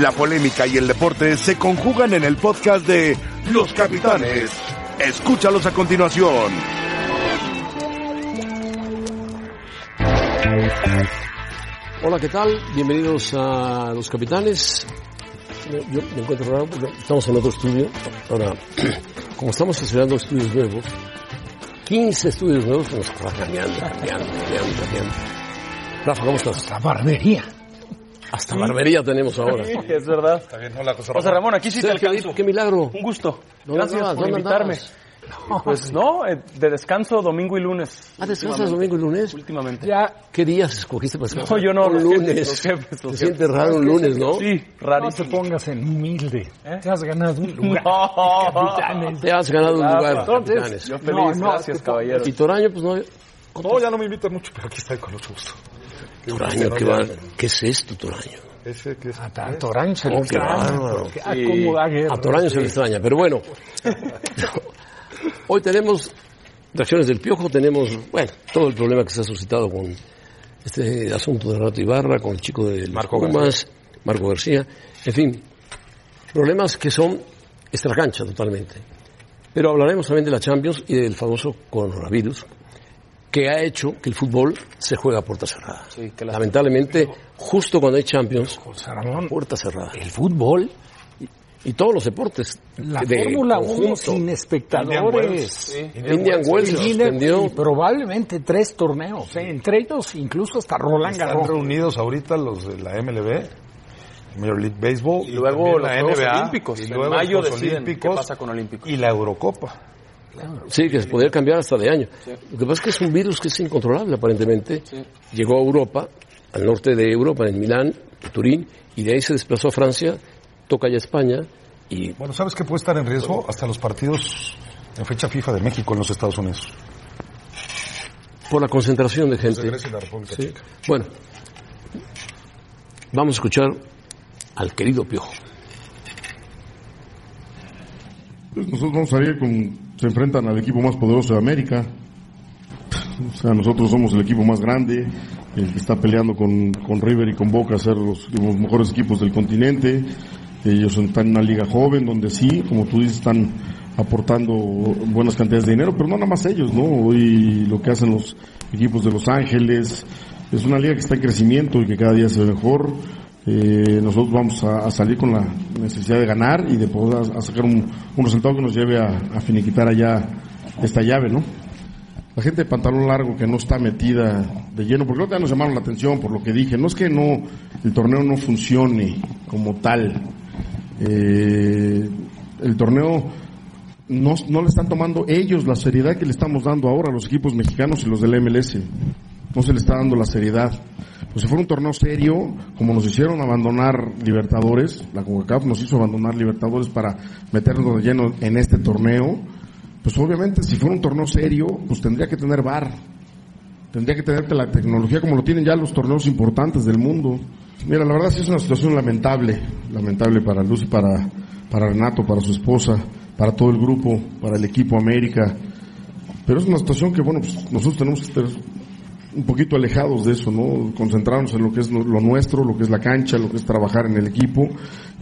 La polémica y el deporte se conjugan en el podcast de Los Capitanes. Escúchalos a continuación. Hola, ¿qué tal? Bienvenidos a Los Capitanes. Eh, Yo me encuentro raro porque estamos en otro estudio. Ahora, como estamos estudiando estudios nuevos, 15 estudios nuevos nos va cambiando, cambiando, cambiando, cambiando. Rafa, ¿cómo estás? Hasta barbería. Hasta barbería tenemos ahora. Sí, es verdad. Está bien, hola, José José Ramón, aquí sí te Sergio, alcanzo. qué milagro. Un gusto. ¿Dónde Gracias andabas? por ¿Dónde invitarme. andabas? Pues no, eh, de descanso domingo y lunes. Ah, descansas domingo y lunes. Últimamente. Ya, ¿qué días escogiste para descansar? No, yo no, Un los lunes. jefes, los jefes, los Se jefes. siente raro un lunes, ¿no? Sí, No te rarísimo. pongas en humilde. ¿Eh? Te has ganado un lugar. No. Te has ganado un Claro, lugar. Ah, entonces, Capitanes. Yo feliz, No, no, gracias, te- caballero. Y Toraño, pues no. No, ya no me invitan mucho, pero aquí estoy con mucho gusto. Toraño, ¿qué, va- ¿qué es esto, Toraño? Ese que es. A ta- a Toraño se le Oh, qué extraña, bárbaro. porque- ah, cómo da guerra. A Toraño se le extraña, pero bueno. Hoy tenemos reacciones del piojo, tenemos, bueno, todo el problema que se ha suscitado con este asunto de Rato Ibarra, con el chico de los Marco Pumas, Marco García, en fin, problemas que son extracancha totalmente. Pero hablaremos también de la Champions y del famoso coronavirus que ha hecho que el fútbol se juega a puerta cerrada. Sí, que la- Lamentablemente, justo cuando hay Champions, José Ramón, puerta cerrada el fútbol, y todos los deportes la de Fórmula 1 conjunto. sin espectadores. Indian Wells Y se Miller, suspendió. y probablemente tres torneos, ¿eh? entre ellos incluso hasta Roland Están Garros. reunidos ahorita los de la MLB, Major League Baseball, Y luego también los Juegos Olímpicos. En mayo deciden qué pasa con Olímpicos. y la Eurocopa. Sí, que se podría cambiar hasta de año. Lo que pasa es que es un virus que es incontrolable aparentemente. Llegó a Europa, al norte de Europa, en Milán, Turín, y de ahí se desplazó a Francia, toca ya España, y Bueno, ¿sabes qué puede estar en riesgo? Hasta los partidos en fecha FIFA de México en los Estados Unidos. por la concentración de De gente. Grecia y la República Sí. Checa. Bueno, vamos a escuchar al querido Piojo. Pues nosotros vamos a ir con. Se enfrentan al equipo más poderoso de América. O sea, nosotros somos el equipo más grande, el que está peleando con, con River y con Boca a ser los, los mejores equipos del continente. Ellos están en una liga joven donde sí, como tú dices, están aportando buenas cantidades de dinero, pero no nada más ellos, ¿no? Hoy lo que hacen los equipos de Los Ángeles, es una liga que está en crecimiento y que cada día se ve mejor. Eh, nosotros vamos a, a salir con la necesidad de ganar y de poder a- a sacar un, un resultado que nos lleve a, a finiquitar allá esta llave, ¿no? La gente de pantalón largo que no está metida de lleno, porque otra vez nos llamaron la atención por lo que dije. No es que no el torneo no funcione como tal. Eh, el torneo no, no le están tomando ellos la seriedad que le estamos dando ahora a los equipos mexicanos y los del MLS. No se le está dando la seriedad. Pues si fuera un torneo serio, como nos hicieron abandonar Libertadores, la CONCACAF nos hizo abandonar Libertadores para meternos de lleno en este torneo, pues obviamente si fuera un torneo serio, pues tendría que tener VAR, tendría que tener la tecnología como lo tienen ya los torneos importantes del mundo. Mira, la verdad sí es una situación lamentable, lamentable para Luz y para, para Renato, para su esposa, para todo el grupo, para el equipo América. Pero es una situación que, bueno, pues nosotros tenemos que estar un poquito alejados de eso, ¿no? Concentrarnos en lo que es lo lo nuestro, lo que es la cancha, lo que es trabajar en el equipo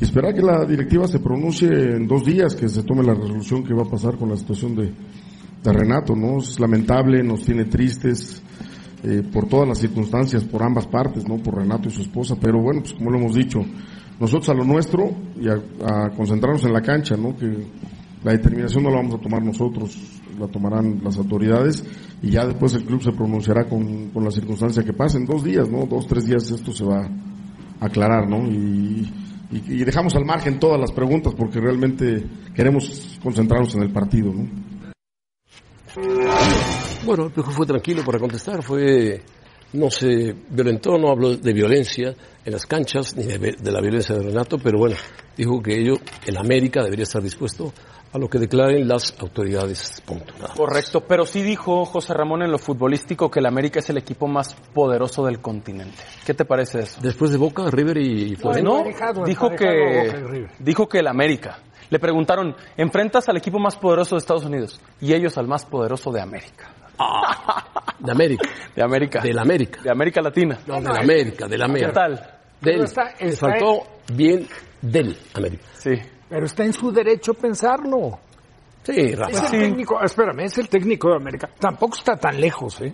y esperar que la directiva se pronuncie en dos días, que se tome la resolución que va a pasar con la situación de, de Renato, ¿no? Es lamentable, nos tiene tristes eh, por todas las circunstancias, por ambas partes, ¿no? Por Renato y su esposa, pero bueno, pues como lo hemos dicho, nosotros a lo nuestro y a, a concentrarnos en la cancha, ¿no? Que la determinación no la vamos a tomar nosotros, la tomarán las autoridades y ya después el club se pronunciará con, con la circunstancia que pase en dos días, ¿no? Dos, tres días esto se va a aclarar, ¿no? Y, y- y dejamos al margen todas las preguntas porque realmente queremos concentrarnos en el partido, ¿no? Bueno, el Piojo fue tranquilo para contestar, fue no se violentó, no habló de violencia en las canchas ni de, de la violencia de Renato, pero bueno, dijo que ello en América debería estar dispuesto a lo que declaren las autoridades. Punto. Nada más. Correcto, pero sí dijo José Ramón en lo futbolístico que el América es el equipo más poderoso del continente. ¿Qué te parece eso? Después de Boca, River y Flores. no, emparejado, dijo emparejado que Boca y River. dijo que el América. Le preguntaron, "Enfrentas al equipo más poderoso de Estados Unidos y ellos al más poderoso de América." Ah, de América, De América. de la América, De América Latina. no, de la América, de la ¿Qué América. tal? De él. Pero está- Le está- faltó bien del América. Sí. Pero está en su derecho pensarlo. Sí, Es Rafa. el técnico, espérame, es el técnico de América. Tampoco está tan lejos, ¿eh?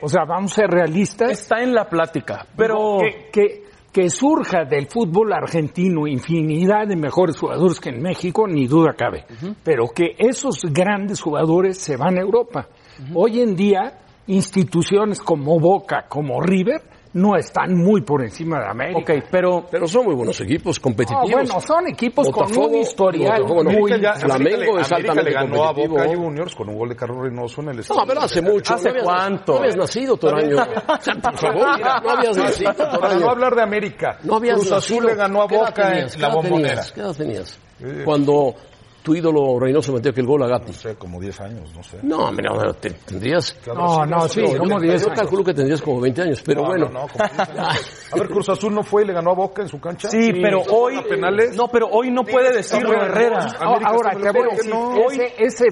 O sea, vamos a ser realistas. Está en la plática, pero... Que, que, que surja del fútbol argentino infinidad de mejores jugadores que en México, ni duda cabe. Pero que esos grandes jugadores se van a Europa. Hoy en día, instituciones como Boca, como River, no están muy por encima de América. Ok, pero... Pero son muy buenos equipos, competitivos. No, Ah, bueno, son Pues equipos con Botafogo, un historial Botafogo no. muy... América ya- Flamengo América le- es América altamente le ganó a competitivo. Boca Juniors con un gol de Carlos Reynoso en el No, pero hace mucho. ¿Hace no habías- cuánto? No habías nacido, Toraño. O sea, Por favor, mira, no habías nacido, Para no Toraño. hablar de América. No habías Cruz Azul nacido. le ganó a ¿Qué edad Boca tenías? en la ¿Qué edad bombonera. tenías? ¿Qué edad tenías? Cuando tu ídolo Reynoso metió aquel gol a No Gatti. sé, como 10 años, no sé. No, hombre, no, te- tendrías... No, no, sí, yo- como yo, 10 años. calculo que tendrías como 20 años, pero No, bueno. no, no, como 10 años. A ver, Cruz Azul no fue y le ganó a Boca en su cancha. Sí, pero hoy... a penales. No, pero hoy no puede decirlo América- Herrera. América Ah, Ahora, está te mejor voy a que decir, no. ese, ese,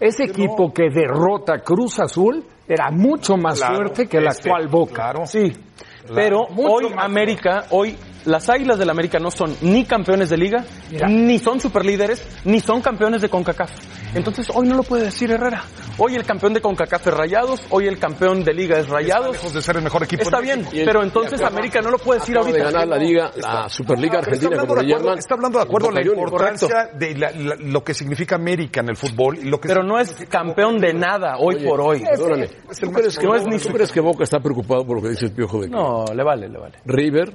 ese equipo que derrota Cruz Azul era mucho más Claro, fuerte que el este, actual Boca. Claro. Sí, pero Mucho hoy más. América, hoy las Águilas del América no son ni campeones de liga, Mira. ni son superlíderes, ni son campeones de CONCACAF. Entonces hoy no lo puede decir Herrera. Hoy el campeón de CONCACAF es Rayados, hoy el campeón de liga es Está Rayados. lejos de ser el mejor equipo. Está en bien, México. Y el- pero entonces América no lo puede decir Acaba de ganar la ahorita. liga, la Superliga Argentina, está como hablando le de acuerdo, llaman. está hablando de acuerdo Boca la Juniors, importancia correcto. de la- la- lo que significa América en el fútbol y lo que Pero no es campeón de nada hoy por hoy. Perdóname. ¿Tú crees, que no es Boca, ni tú crees que Boca está preocupado por lo que dice el Piojo de que No, le vale, le vale. River,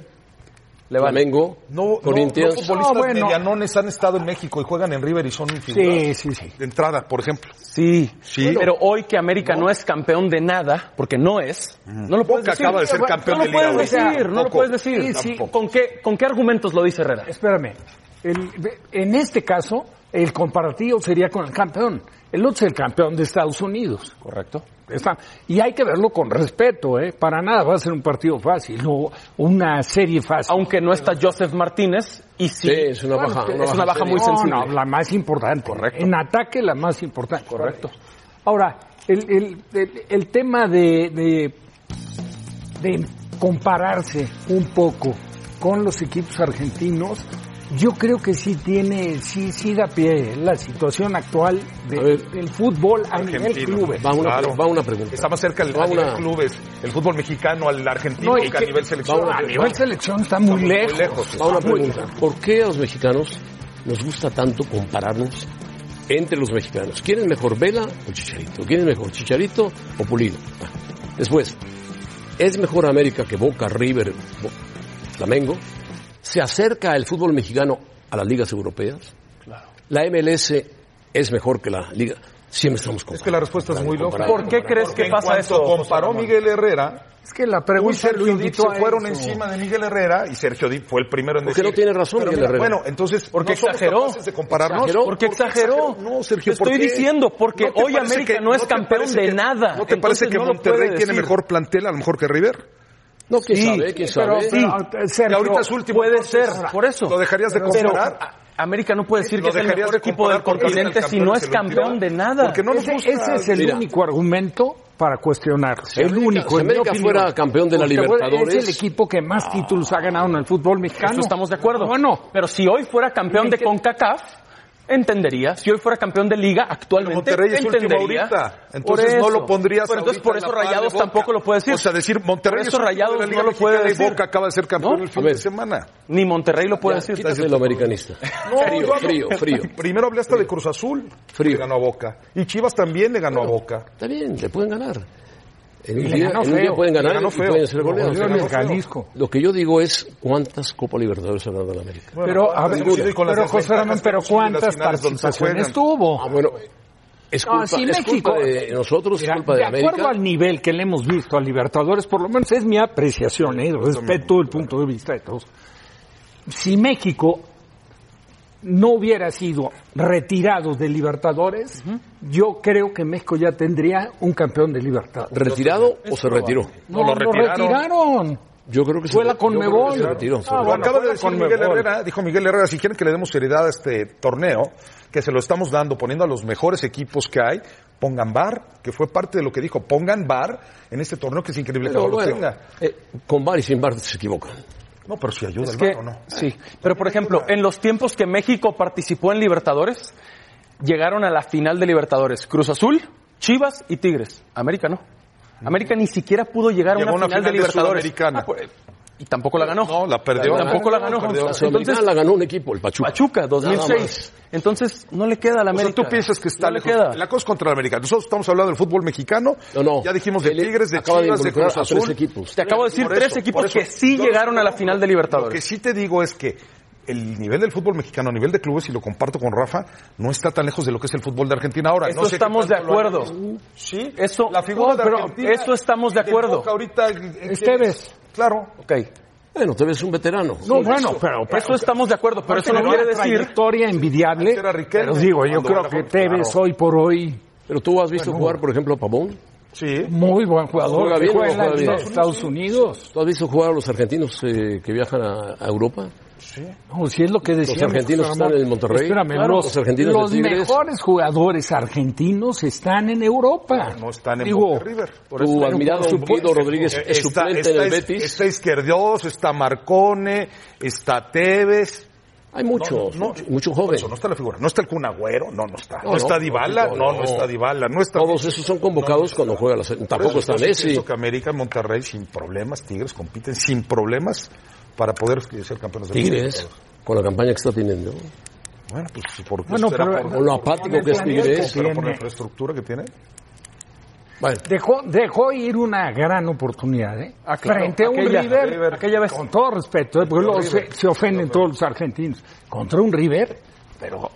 Le vale. Flamengo, No, Corinthians... no, futbolistas No, bueno. medianones han estado en México y juegan en River y son Sí, figuras. sí, sí. De entrada, por ejemplo. Sí, Sí. pero hoy que América no. es campeón de nada, porque no es, no lo puedes Mm. Boca decir. acaba de ser No lo campeón de puedes Liga, decir, güey. No lo Tampoco. puedes Sí, decir, sí. ¿Con qué, ¿Con qué argumentos lo dice Herrera? Espérame. El- en este caso, el comparativo sería con el campeón. El otro es el campeón de Estados Unidos. Correcto. Está- y hay que verlo con respeto, ¿eh? Para nada va a ser un partido fácil o una serie fácil. Aunque no está Joseph Martínez y sí. Sí, es una Bueno, baja. que- es una baja muy no, sensible. no, la más importante. En ataque, la más importante. Correcto. Ahora, el, el- el- el tema de, de, de compararse un poco con los equipos argentinos, yo creo que sí tiene, sí, sí da pie la situación actual de- A ver. del fútbol a nivel Argentino. clubes. Va una, Claro. va una pregunta. Está más cerca el Va a nivel una- clubes, el fútbol mexicano al argentino No, y que a que- nivel selección. A nivel selección está muy lejos. sí. Va una pregunta. pues, ¿Por qué a los mexicanos nos gusta tanto compararnos entre los mexicanos? ¿Quién es mejor Vela o Chicharito? ¿Quién es mejor Chicharito o Pulido? Ah, Después, ¿es mejor América que Boca, River, Bo- Flamengo? ¿Se acerca el fútbol mexicano a las ligas europeas? ¿La MLS es mejor que la liga? Siempre estamos comparando. Es que la respuesta es muy lógica. ¿Por qué crees Porque que en pasa cuanto eso? Comparó José Ramón? Miguel Herrera. Es que la Luis pregunta lo Sergio Dip invitó a se fueron eso. encima de Miguel Herrera y Sergio Dip fue el primero en Porque decir. no tiene razón Pero Miguel mira, Herrera. Bueno, entonces Porque no somos exageró. capaces de compararnos. Exageró. Porque exageró. No, Sergio, Te ¿por estoy qué? diciendo, porque ¿No te hoy parece América que- no es te campeón parece de que- nada? ¿No te parece Entonces que no lo Monterrey puede tiene decir. mejor plantel a lo mejor que River? No, quién Sí, sabe, quién Pero, sabe. pero, eh, Y Sergio, ahorita es último. Puede ser, entonces, por eso. ¿Lo dejarías de Pero comparar? a- América no puede decir Lo que es el dejarías mejor de equipo del comparar porque es el continente si no es campeón campeón de selectiva. nada. Porque no nos ese, gusta. ese es el Mira. único argumento para cuestionar. Si el América- único. si en mi América opinión. fuera campeón de la Porque, bueno, Libertadores- Es el equipo que más títulos ha ganado en el fútbol mexicano. Eso estamos de acuerdo. Bueno, Pero si hoy fuera campeón de CONCACAF, entendería. Si hoy fuera campeón de liga, actualmente Monterrey es último entendería. ahorita. Por Entonces no eso. lo pondrías Pero ahorita entonces por en la eso par de Rayados Boca. tampoco lo puede decir. O sea, decir Monterrey Por es eso último de la Rayados Liga no lo puede Mexicana y decir. Boca acaba de ser campeón ¿No? el fin A ver. de semana. Ni Monterrey lo puede decir. Quítate lo americanista. frío, yo hablo- frío, frío. Primero hablaste de Cruz Azul, Frío. le ganó a Boca. Y Chivas también le ganó a Boca. Está bien, le pueden ganar. En un, le día, ganó en un día feo, pueden le ganar ganó y feo. pueden ser Le ganó feo. goleados. Jalisco. Lo que yo digo es cuántas Copa Libertadores ha ganado la América. Pero, a ver, hemos ido y con las pero José desventajas Ramón, que pero hemos ido en las ¿cuántas finales donde se participaciones juegan? tuvo? Ah, bueno, es No, culpa, sí, es México- culpa de nosotros, es Mira, culpa de, de América. acuerdo al nivel que le hemos visto a Libertadores, por lo menos es mi apreciación, ¿eh? respeto el punto de vista de todos. Si México no hubiera sido retirado de Libertadores, yo creo que México ya tendría un campeón de Libertadores. ¿Retirado o se retiró? No, lo retiraron. Yo creo que se Fue la yo creo que Conmebol. se retiró. Ah, Lo bueno, acaba de fuera decir con Miguel Mebol. Herrera, dijo Miguel Herrera, si quieren que le demos seriedad a este torneo, que se lo estamos dando poniendo a los mejores equipos que hay, pongan bar, que fue parte de lo que dijo, pongan bar en este torneo que es increíble que Pero no lo bueno, tenga. eh, con bar y sin bar se equivocan. No, pero si ayuda Es el que- vato, ¿no? Sí, pero por ejemplo, en los tiempos que México participó en Libertadores, llegaron a la final de Libertadores Cruz Azul, Chivas y Tigres. América no. América ni siquiera pudo llegar a Llegó una, final, de Libertadores. Sudamericana. Ah, pues, y tampoco la ganó. No, la perdió. Tampoco la ganó. Perdió. Entonces, Entonces, Ah, la ganó un equipo, el Pachuca. Pachuca, 2006. Entonces, no le queda a la O sea, América. tú piensas que está No le lejos. queda. La cosa contra la América. Nosotros estamos hablando del fútbol mexicano. No, no. Ya dijimos de Él Tigres, de acaba de Chivas, de, involucrar Cruz a tres Azul. equipos. Te acabo de decir Por tres eso, equipos por eso. que sí No, llegaron a la no, final Lo de que Libertadores. sí te digo es que el nivel del fútbol mexicano, a nivel de clubes, y lo comparto con Rafa, no está tan lejos de lo que es el fútbol de Argentina ahora. Eso No sé qué estamos de tanto lo acuerdo. hagan. Sí. Eso- la figura No, de pero Argentina eso estamos de y acuerdo. Boca ahorita, eh, ¿en- en quién Esteves. es? Claro. Ok. Bueno, te ves un veterano. No, bueno, pero, pero- Eso estamos de acuerdo, pero eso no tenía quiere una decir. trayectoria envidiable. Era Riquelme. Pero digo, yo Cuando creo era que joven, Tevez claro. hoy por hoy, Pero tú has visto jugar, por ejemplo, a Pavón. Sí. muy buen jugador. Juega bien, juega en juega la bien. Liga de Estados Unidos. ¿Tú has visto jugar a los argentinos eh, que viajan a, a Europa? No, si es lo que decíamos. argentinos Ramón. están en Monterrey. Espérame, Claro, los, los argentinos de los Tigres. mejores jugadores argentinos están en Europa. No están en Digo, Boca River. Por tu admirado por supuesto. Guido Rodríguez Eh, es suplente en el is- Betis. Está Izquierdos, está Marcone, está Tevez. Hay muchos, No, no, no. muchos jóvenes. Eso, no está la figura. No está el Cunagüero, no, no está. No, no, está no, Dybala, no, no, no, no. está Dybala, no está... Todos esos son convocados cuando juega la selección. Tampoco está Entonces, Messi. pienso que América y Monterrey sin problemas, Tigres compiten sin problemas para poder ser campeones de Tigres, con la campaña que está teniendo. Bueno, pues ¿por qué Bueno, será pero- por, Con lo apático que es Tigres. pero por la tiene- infraestructura que tiene? Bueno, Dejó, dejó ir una gran oportunidad, ¿eh? Ah, claro. Frente a un Aquella- River, River. Aquella vez. con todo respeto, ¿eh? porque luego se, se ofenden todos los argentinos, contra un River, pero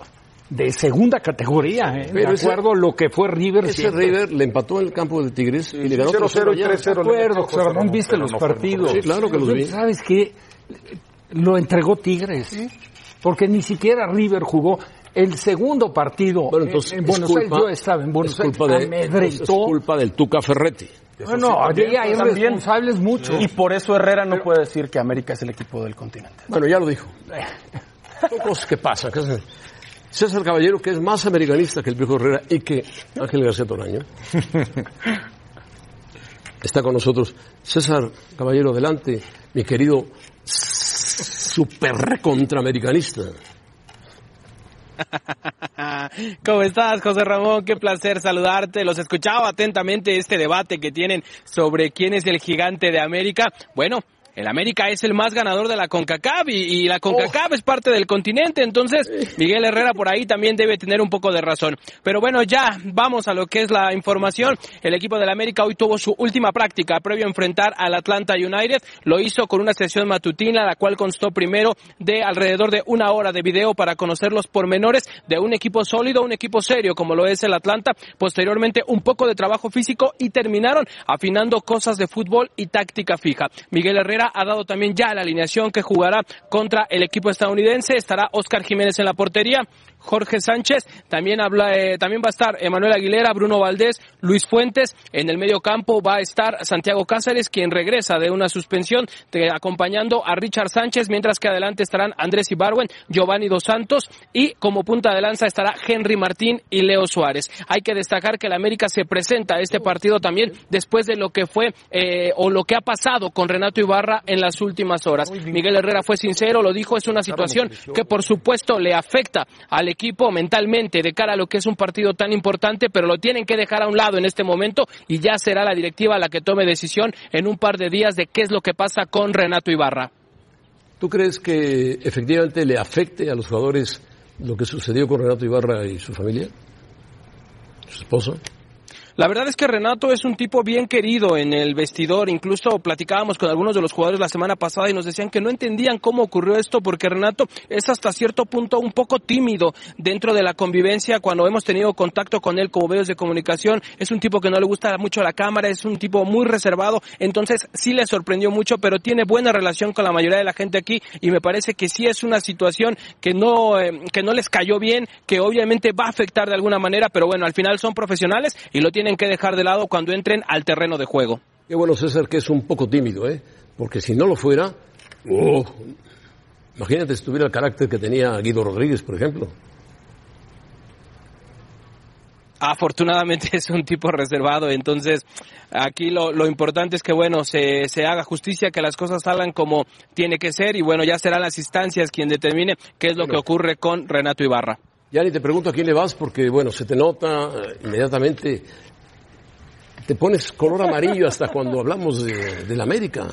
de segunda categoría, ¿eh? Pero de ese- acuerdo lo que fue River ese siempre. River le empató en el campo de Tigres y le ganó 0-0 3-0 y allá. 3-0. De acuerdo, José Ramón, Pero viste no los fue el partidos. Sí, claro que los vi. ¿Sabes qué? Lo entregó Tigres, porque ni siquiera River jugó. El segundo partido Bueno, entonces, en, en es Buenos culpa- Aires, yo estaba en Buenos es culpa Aires, de- es amedrentó. culpa del Tuca Ferretti. Bueno, ahí hay también. responsables muchos. Y por eso Herrera no puede decir que América es el equipo del continente. Bueno, ya lo dijo. Son cosas que pasan. que se- César Caballero, que es más americanista que el viejo Herrera y que Ángel García Toraño, está con nosotros. César Caballero, adelante, mi querido super recontraamericanista. ¿Cómo estás, José Ramón? Qué placer saludarte. Los escuchaba atentamente este debate que tienen sobre quién es el gigante de América. Bueno, el América es el más ganador de la CONCACAF y, y la CONCACAF es parte del continente, entonces Miguel Herrera por ahí también debe tener un poco de razón. Pero bueno, ya vamos a lo que es la información. El equipo del América hoy tuvo su última práctica previo a enfrentar al Atlanta United. Lo hizo con una sesión matutina, la cual constó primero de alrededor de una hora de video para conocer los pormenores de un equipo sólido, un equipo serio como lo es el Atlanta. Posteriormente un poco de trabajo físico y terminaron afinando cosas de fútbol y táctica fija. Miguel Herrera ha dado también ya la alineación que jugará contra el equipo estadounidense. Estará Oscar Jiménez en la portería. Jorge Sánchez, también habla, eh, también va a estar Emanuel Aguilera, Bruno Valdés, Luis Fuentes, en el medio campo va a estar Santiago Cáceres, quien regresa de una suspensión, te- acompañando a Richard Sánchez, mientras que adelante estarán Andrés Ibarwen, Giovanni Dos Santos y como punta de lanza estará Henry Martín y Leo Suárez. Hay que destacar que el América se presenta a este partido también después de lo que fue eh, o lo que ha pasado con Renato Ibarra en las últimas horas. Miguel Herrera fue sincero, lo dijo, es una situación que por supuesto le afecta al equipo mentalmente de cara a lo que es un partido tan importante, pero lo tienen que dejar a un lado en este momento y ya será la directiva la que tome decisión en un par de días de qué es lo que pasa con Renato Ibarra. ¿Tú crees que efectivamente le afecte a los jugadores lo que sucedió con Renato Ibarra y su familia? ¿Su esposa? La verdad es que Renato es un tipo bien querido en el vestidor. Incluso platicábamos con algunos de los jugadores la semana pasada y nos decían que no entendían cómo ocurrió esto porque Renato es hasta cierto punto un poco tímido dentro de la convivencia cuando hemos tenido contacto con él como medios de comunicación. Es un tipo que no le gusta mucho la cámara, es un tipo muy reservado. Entonces sí le sorprendió mucho, pero tiene buena relación con la mayoría de la gente aquí y me parece que sí es una situación que no, eh, que no les cayó bien, que obviamente va a afectar de alguna manera, pero bueno, al final son profesionales y lo tienen que dejar de lado cuando entren al terreno de juego. Qué bueno, César, que es un poco tímido, ¿eh? Porque si no lo fuera, ¡oh! imagínate si tuviera el carácter que tenía Guido Rodríguez, por ejemplo. afortunadamente es un tipo reservado, entonces aquí lo, lo importante es que bueno, se, se haga justicia, que las cosas salgan como tiene que ser y bueno, ya serán las instancias quien determine qué es lo que ocurre con Renato Ibarra. Ya ni te pregunto a quién le vas porque, bueno, se te nota eh, inmediatamente. Te pones color amarillo hasta cuando hablamos de, de la América.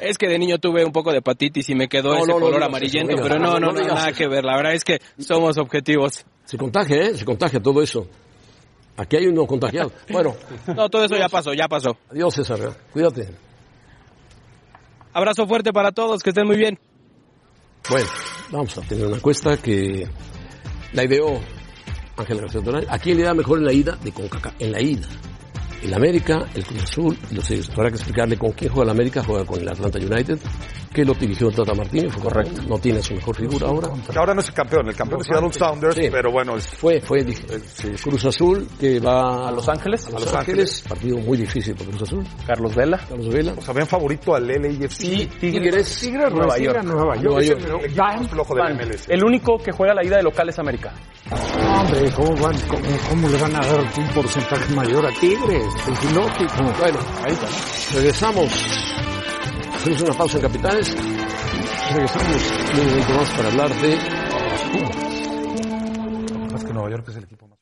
Es que de niño tuve un poco de hepatitis y me quedó No, ese no, no color digas amarillento, eso, pero no, no, no, no no, digas nada eso. que ver. La verdad es que somos objetivos. Se contagia, ¿eh? Se contagia todo eso. Aquí hay uno contagiado. Bueno, No, todo eso ya pasó, ya pasó. adiós César, ¿eh? cuídate. Abrazo fuerte para todos, que estén muy bien. Bueno, vamos a tener una encuesta que la ideó Ángel García Torán. ¿A quién le da mejor en la ida de Concacaf? En la ida. El América, el Cruz Azul y los Seis. Habrá que explicarle con quién juega el América. Juega con el Atlanta United, que lo dirigió el Tata Martínez. Fue correcto. No tiene su mejor figura ahora. Que ahora no es el campeón, el campeón es Seattle Sounders, Sí. pero bueno, es- eh, Fue, fue, dije, Cruz Azul, que va a Los Ángeles. A Los, Los Ángeles. Partido muy difícil para Cruz Azul. Carlos Vela. Carlos Vela. o sea, ven favorito al LAFC. Y Tigres. Tigres Nueva recibe York. a Nueva York. Nueva Ese York. me lo- El equipo Dan- más flojo del MLS. El único que juega la ida de local es América. Hombre, ¿cómo, van, cómo, cómo le van a dar un porcentaje mayor a Tigres? Es ilógico. Bueno, ahí está. Regresamos. Hacemos una pausa en Capitales. Regresamos en un momento más para hablar de Más que Nueva York es el equipo más.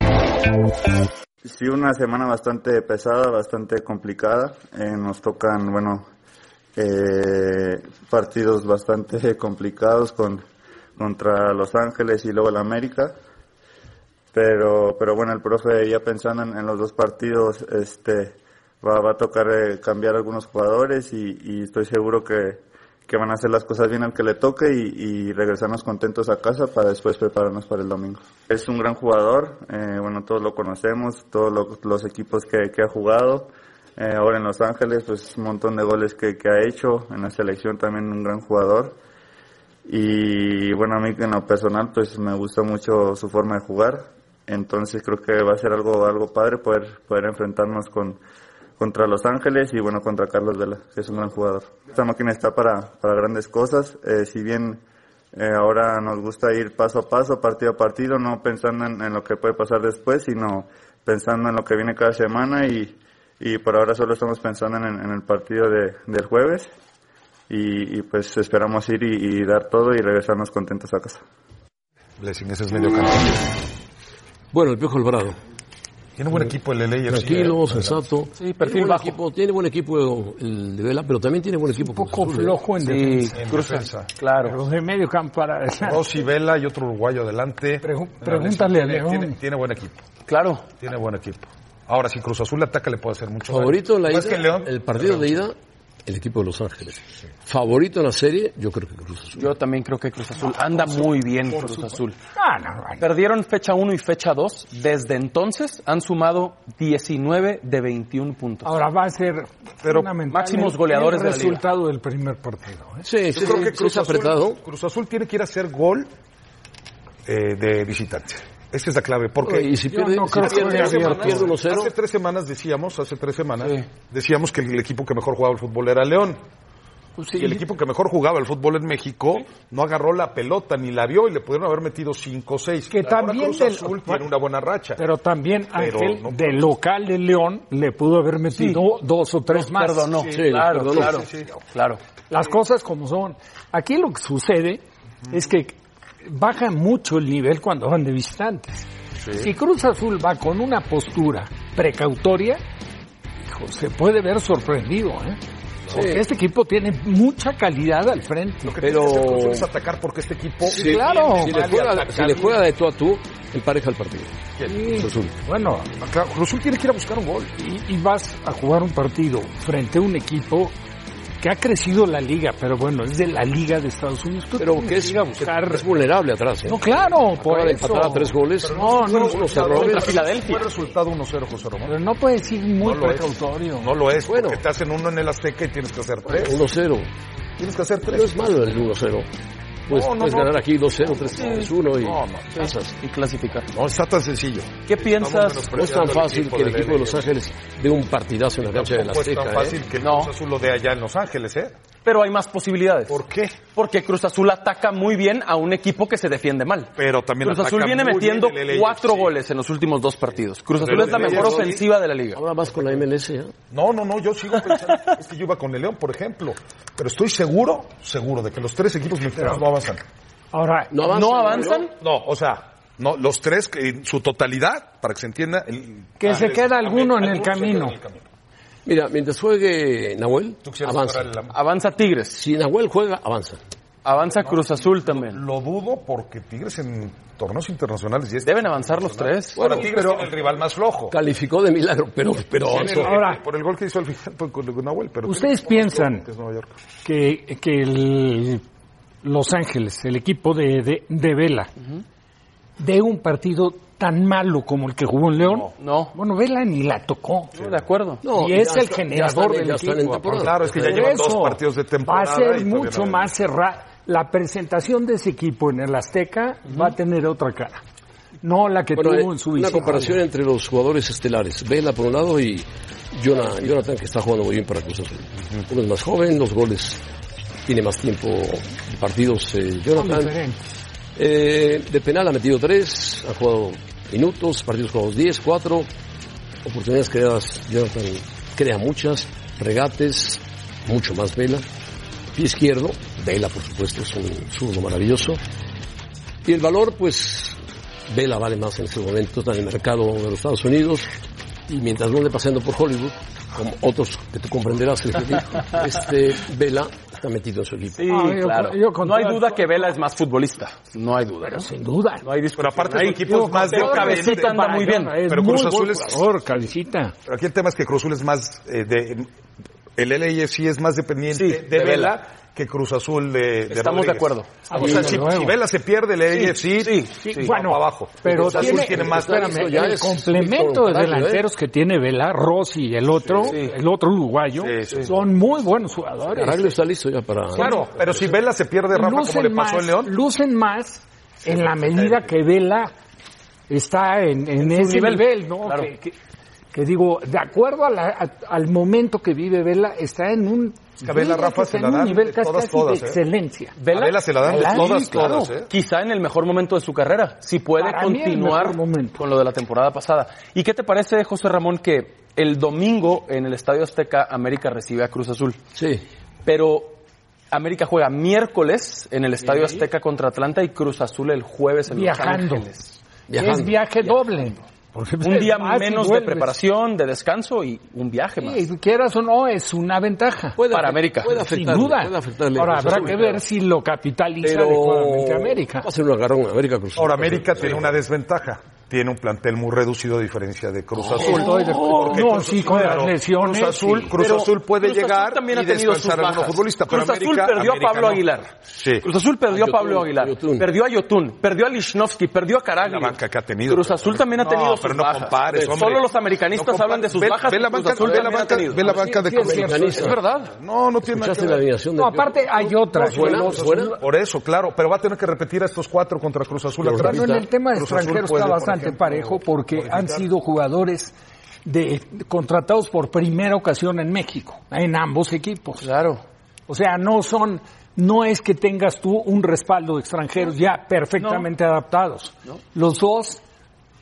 Sí, una semana bastante pesada, bastante complicada. Eh, nos tocan, bueno, eh, partidos bastante complicados con, contra Los Ángeles y luego el América. Pero, pero bueno, el profe ya pensando en, en los dos partidos, este, va, va a tocar eh, cambiar algunos jugadores y, y estoy seguro que, que van a hacer las cosas bien al que le toque y, y regresarnos contentos a casa para después prepararnos para el domingo. Es un gran jugador, eh, bueno, todos lo conocemos, todos lo- los equipos que, que ha jugado. Eh, ahora en Los Ángeles, pues un montón de goles que, que ha hecho. En la selección también un gran jugador. Y bueno, a mí en lo personal, pues me gusta mucho su forma de jugar. Entonces creo que va a ser algo, algo padre poder, poder enfrentarnos con, contra Los Ángeles y bueno, contra Carlos Vela, que es un gran jugador. Esta máquina está para, para grandes cosas. Eh, si bien eh, ahora nos gusta ir paso a paso, partido a partido, no pensando en, en lo que puede pasar después, sino pensando en lo que viene cada semana y, y por ahora solo estamos pensando en, en el partido de, del jueves y, y, pues esperamos ir y, y dar todo y regresarnos contentos a casa. Blessing, ese es medio campeón. Bueno, el Piojo Alvarado. Tiene buen equipo el LAFC. Tranquilo, sensato. Sí, perfil tiene buen bajo. Equipo, tiene buen equipo el de Vela, pero también tiene buen equipo. Un poco Cruz Azul, ¿eh? flojo en Sí, defensa. Cruz defensa. Claro. Pero de medio campo para Oh, adelante. Rossi Vela y otro uruguayo adelante. Pregun- pregúntale a Tiene- León. Tiene, tiene buen equipo, Claro. tiene buen equipo. Ahora, si Cruz Azul le ataca, le puede hacer mucho daño. Favorito en la Más ida, que León, el partido de ida, el equipo de Los Ángeles. Favorito en la serie, yo creo que Cruz Azul. Yo también creo que Cruz Azul anda muy bien Cruz Azul. Ah, no, bueno. Perdieron fecha 1 y fecha 2. Desde entonces han sumado 19 de 21 puntos. Ahora va a ser Pero fundamental máximos el- goleadores el de la liga. resultado del primer partido. ¿eh? Sí, Yo sí, creo sí, que sí, Cruz, es Azul, apretado. Cruz Azul tiene que ir a hacer gol eh, de visitante. Esa es la clave. Porque Y si pierde, no si creo que pierde, vaya a pierde ganar. 1-0. hace tres semanas decíamos, hace tres semanas, decíamos que el equipo que mejor jugaba el fútbol era León. Y el equipo que mejor jugaba el fútbol en México no agarró la pelota ni la vio y le pudieron haber metido 5 o 6. Que también Cruz del- Azul tiene una buena racha. Pero también Pero Ángel, no- del local de León, le pudo haber metido dos o tres más. Perdonó. Sí, claro, perdonó. claro, claro. Las cosas como son. Aquí lo que sucede es que baja mucho el nivel cuando van de visitantes. Si Cruz Azul va con una postura precautoria, hijo, se puede ver sorprendido. ¿eh? Porque este equipo tiene mucha calidad al frente. Lo que pero- tiene que hacer Cruz Azul es atacar porque este equipo... Sí, claro. Si le, juega, si le juega de tú a tú, empareja el partido. Cruz Azul. Bueno, Claro, Cruz Azul tiene que ir a buscar un gol. y, y vas a jugar un partido frente a un equipo que ha crecido la liga, pero bueno, es de la liga de Estados Unidos. Tú Pero tienes que es, ir a buscar. es vulnerable atrás. ¿eh? No, claro, por Acaba de eso. empatar a tres goles. No, no, Unos Contra errores. Filadelfia. Fue resultado 1-0, José Ramón. Pero no puedes ir muy No lo es. precautorio. No lo es, Bueno. porque te hacen uno en el Azteca y tienes que hacer tres. 1-0. Tienes que hacer tres. No es malo el 1-0. Pues, No, no, puedes no. ganar aquí 2-0, 3-1 y No, no. pasas. Y clasificar. No, está tan sencillo. ¿Qué piensas? menospreciando No es tan al fácil que el del equipo de Los LA. Ángeles dé un partidazo en la cancha de la Tampoco es Azteca. tan ¿eh? fácil que el No. Cruz Azul lo dé allá en Los Ángeles, ¿eh? pero hay más posibilidades. ¿Por qué? Porque Cruz Azul ataca muy bien a un equipo que se defiende mal. Pero también Cruz Azul ataca viene muy metiendo bien el LAFC. cuatro goles en los últimos dos partidos. Cruz Azul Pero es la el mejor LAFC ofensiva de la liga. Ahora vas con la MLS, ¿eh? No, no, no, yo sigo pensando. es que yo iba con el León, por ejemplo. Pero estoy seguro, seguro, de que los tres equipos mexicanos no avanzan. Ahora, No avanzan. ¿No avanzan? No, o sea, no, los tres que en su totalidad, para que se entienda. el- Que se queda alguno en el se queda camino. Mira, mientras juegue Nahuel, Tú quisieras avanza. parar el- Avanza Tigres, Si Nahuel juega, avanza. avanza Cruz Azul también. Lo dudo porque Tigres en torneos internacionales ya está. Deben avanzar los tres. Ahora Tigres es el rival más flojo. Calificó de milagro, pero, pero avanzó. Ahora- por el gol que hizo al final con- con Nahuel. Pero ¿Ustedes piensan que es Nueva York. que, que el Los Ángeles, el equipo de, de, de Vela, de un partido tan malo como el que jugó en León? No. Bueno, Vela ni la tocó. No, de acuerdo. No, Y es ya el está- ya generador están- del ya están en equipo, temporada. claro, es que ya Por llevan dos eso, partidos de temporada Va a y ser todavía mucho no- más cerrada. La presentación de ese equipo en el Azteca va a tener otra cara. No la que Bueno, eh, tuvo en su una visita. comparación entre los jugadores estelares. Vela por un lado y Jonah- Jonathan, que está jugando muy bien para Cruz Azul. Uno es más joven, los goles tiene más tiempo de partidos. eh, Jonathan. Eh, de penal ha metido tres, ha jugado minutos, partidos jugados 10, 4. Oportunidades creadas, Jonathan crea muchas, regates, mucho más Vela. Pie izquierdo, Vela por supuesto es un zurdo maravilloso. Y el valor, pues, Vela vale más en este momento, está en el mercado de los Estados Unidos. Y mientras no le pasando por Hollywood, como otros que tú comprenderás, Sergio, este Vela está metido en su equipo. Sí, Ah, yo- claro. yo con no hay todas- duda que Vela es más futbolista. No hay duda. Sin duda. No hay discusión. Pero aparte Ahí- su equipo es más de pero cabecita anda muy bien. Pero Cruz Azul es- Por cabecita. Pero aquí el tema es que Cruz Azul es más eh, de el LAFC es más dependiente Sí, de, de Vela. Vela que Cruz Azul de, de Estamos Rodríguez. de Ah, acuerdo. O sea, Desde si, luego. si Vela se pierde el LAFC, sí, sí, sí. va para abajo. Pero Cruz Azul tiene, tiene más espérame, Eso ya el es complemento Víctor de Octavio, ¿eh? delanteros que tiene Vela, Rossi y el otro, el otro uruguayo, Sí, sí. son muy buenos jugadores. Caraglio está listo ya para... Claro, pero si Vela se pierde Rafa como le lucen, pasó más, al León, lucen más en la medida que Vela está en, en ese nivel, nivel. ¿no? Claro. Que, que- que digo, de acuerdo a la- a- al momento que vive Vela, está en un, que a diría Vela, Rafa, que se está la en un dan nivel de casi, todas, casi todas, de ¿eh? excelencia. a Vela se la dan de Vela, sí, todas, claro. todas. ¿eh? Quizá en el mejor momento de su carrera, si puede Para mí, el continuar mejor momento. con lo de la temporada pasada. ¿Y qué te parece, José Ramón, que el domingo en el Estadio Azteca América recibe a Cruz Azul? Sí. Pero América juega miércoles en el Estadio Azteca contra Atlanta y Cruz Azul el jueves en Los Viajando. Ángeles. Viajando. Es viaje doble. Porque Un día vas y menos de vuelves. preparación, de descanso y un viaje más. Sí, quieras o no, es una ventaja. Puede Para afect- América. Puede Sin afectarle, duda. puede afectarle Pues a Ahora Cruz habrá Azul, que claro. ver si lo capitaliza adecuadamente pero América. Va a ser un agarrón América Cruz. Ahora América tiene una desventaja. Tiene un plantel muy reducido a diferencia de Cruz Azul. Estoy de Oh, acuerdo. Porque No, Cruz sí, Azul, con claro, las lesiones. Cruz Azul, sí. Cruz Pero Azul puede Cruz Azul llegar también y ha tenido sus descansar a algunos bajas. futbolistas. pero Cruz Azul América- perdió América a Pablo no. Aguilar. Sí. Cruz Azul perdió a, Yotun, Pablo Aguilar. a Yotun. Perdió a Yotun. Perdió a Lichnowsky. Perdió a Caraglio. La banca que ha tenido. Cruz Azul también ha No, tenido pero sus no bajas. compares, hombre. Solo los No americanistas compar- hablan de sus ve- bajas. ve la Cruz banca- Azul ve la también ha banca- tenido. ve la banca de Sí, es Cruz Azul. cierto. Es verdad. No, no tiene nada que ¿Escuchaste la ver. alineación de No, aparte hay otras. ¿Buena? Los- ¿Buena? Por eso, claro, pero va a tener que repetir a estos cuatro contra Cruz Azul. Pero atrás. Bueno, en el tema de Cruz Azul extranjeros puede, está por bastante ejemplo, parejo porque han sido jugadores de contratados por primera ocasión en México, en ambos equipos. Claro. O sea, no son, no es que tengas tú un respaldo de extranjeros ya perfectamente adaptados. Los dos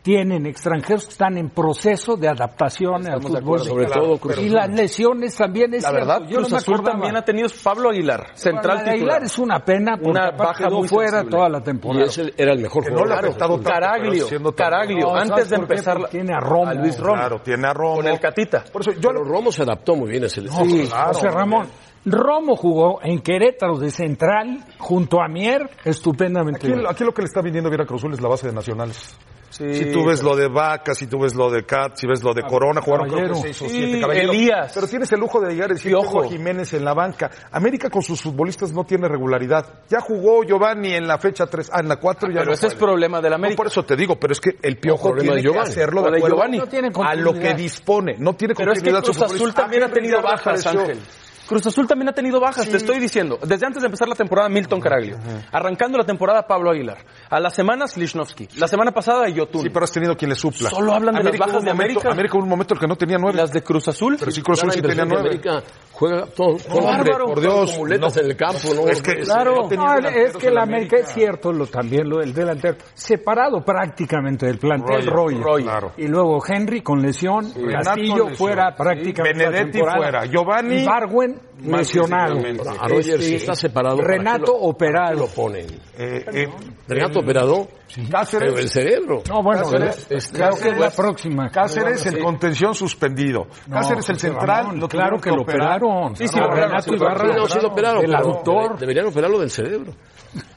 tienen extranjeros que están en proceso de adaptación al de fútbol. acuerdo, sobre mexicano. todo Cruz y Azul. las lesiones también es La cierto, verdad, yo no Cruz me Azul acordaba. también ha tenido Pablo Aguilar, central Bueno, titular. Aguilar es una pena porque Una aparte baja quedó muy fuera sensible. toda la Y temporada. ese era el mejor Que no le ha jugador. afectado tanto. pero Caraglio, siendo tan- Caraglio, No, antes ¿sabes de por qué? empezar Porque tiene a Romo. a Luis Romo Claro, tiene a Romo. con el Catita. Por eso yo Pero Romo se adaptó muy bien a ese. Sí, claro, José Ramón. Ramón jugó en Querétaro de central junto a Mier estupendamente. Aquí, aquí lo que le está viniendo bien a Cruz Azul es la base de nacionales. Sí, Ah, si tú ves lo de Vaca, si tú ves lo de Cat, si ves lo de Corona, jugaron creo que Caballero. seis o Sí, siete caballeros. Elías. Pero tienes el lujo de llegar y decir Piojo. "Tengo a Jiménez en la banca. América con sus futbolistas no tiene regularidad. Ya jugó Giovanni en la fecha 3, ah, en la 4 ya Pero no ese es juega. problema del No, América. por eso te digo, pero es que el piojo problema de tiene que Giovanni. hacerlo O de de acuerdo Giovanni. No tiene a lo que continuidad. dispone. No tiene Pero es que continuidad su Cruz Azul futbolista. Ah, también ha Henry tenido ya bajas, apareció. Ángel. Cruz Azul también ha tenido bajas, te estoy diciendo. Desde antes de empezar la temporada, Milton Caraglio. Arrancando la temporada, Pablo Aguilar. A las semanas, Lichnowsky. La semana pasada, Yotun. Sí, pero has tenido quien le supla. Solo hablan de las América bajas hubo de un momento- América. América hubo un momento en el que no tenía nueve. Las de Cruz Azul. Pero sí Cruz Azul Da la sí tenía impresión que nueve. América juega todo, todo bárbaro. por Dios, con muletas no. en el campo, ¿no? Es que- Claro. No, ah, es que el América, es cierto, lo, también lo del delantero, separado prácticamente del plantel Roger. Roger, claro. Y luego Henry con lesión, Renato Castillo lesión, fuera sí. prácticamente la Benedetti temporada. fuera, Giovanni Y Barwen más lesionado. físicamente. A Roger, Este, si está separado, ¿para Renato qué lo- operado. lo ponen. Eh, eh, Renato operado, Cáceres. pero el cerebro. No, bueno, Cáceres, eh, este, creo que es la próxima. Cáceres en contención suspendido. No, Cáceres el José central. Ramón, lo claro tuvieron que lo operar. operaron. Sí, sí, Ah, lo operaron, Renato sí, lo Ibarra, Sí, no, sí lo operaron. el pero aductor. debe- Deberían operarlo del cerebro.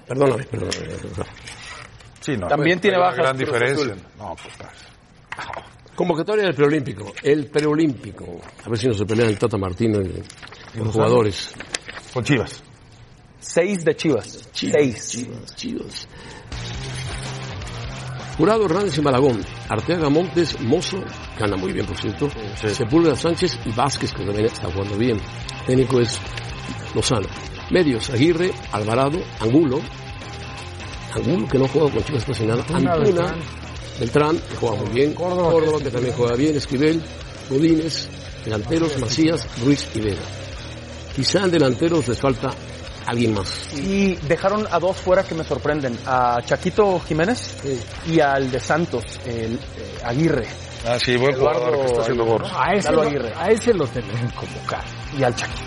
Perdóname, perdóname. perdóname. Sí, no, También hay tiene una bajas Gran Cruz diferencia. Azul. No, pues, claro. Convocatoria del preolímpico. El preolímpico. A ver si nos se pelean el Tata Martínez eh, los jugadores. Con Chivas. Seis de Chivas. Seis. Chivas, chivas. Jurado Hernández y Malagón, Arteaga Montes, Mozo, que anda muy bien por cierto, Sepúlveda Sánchez y Vázquez, que también está jugando bien. Técnico es Lozano. Medios, Aguirre, Alvarado, Angulo, Angulo que no juega con Chivas casi nada, Antuna, Beltrán, que juega muy bien, Córdoba, que también juega bien, Esquivel, Godínez, delanteros, Macías, Ruiz y Vega. Quizá en delanteros les falta alguien más. Y dejaron a dos fuera que me sorprenden, a Chaquito Jiménez y al de Santos, el eh, Aguirre. Ah, sí, buen jugador que está haciendo gorros. A ese, Lalo lo, Aguirre. a ese lo tenían que convocar. Y al Chaquito.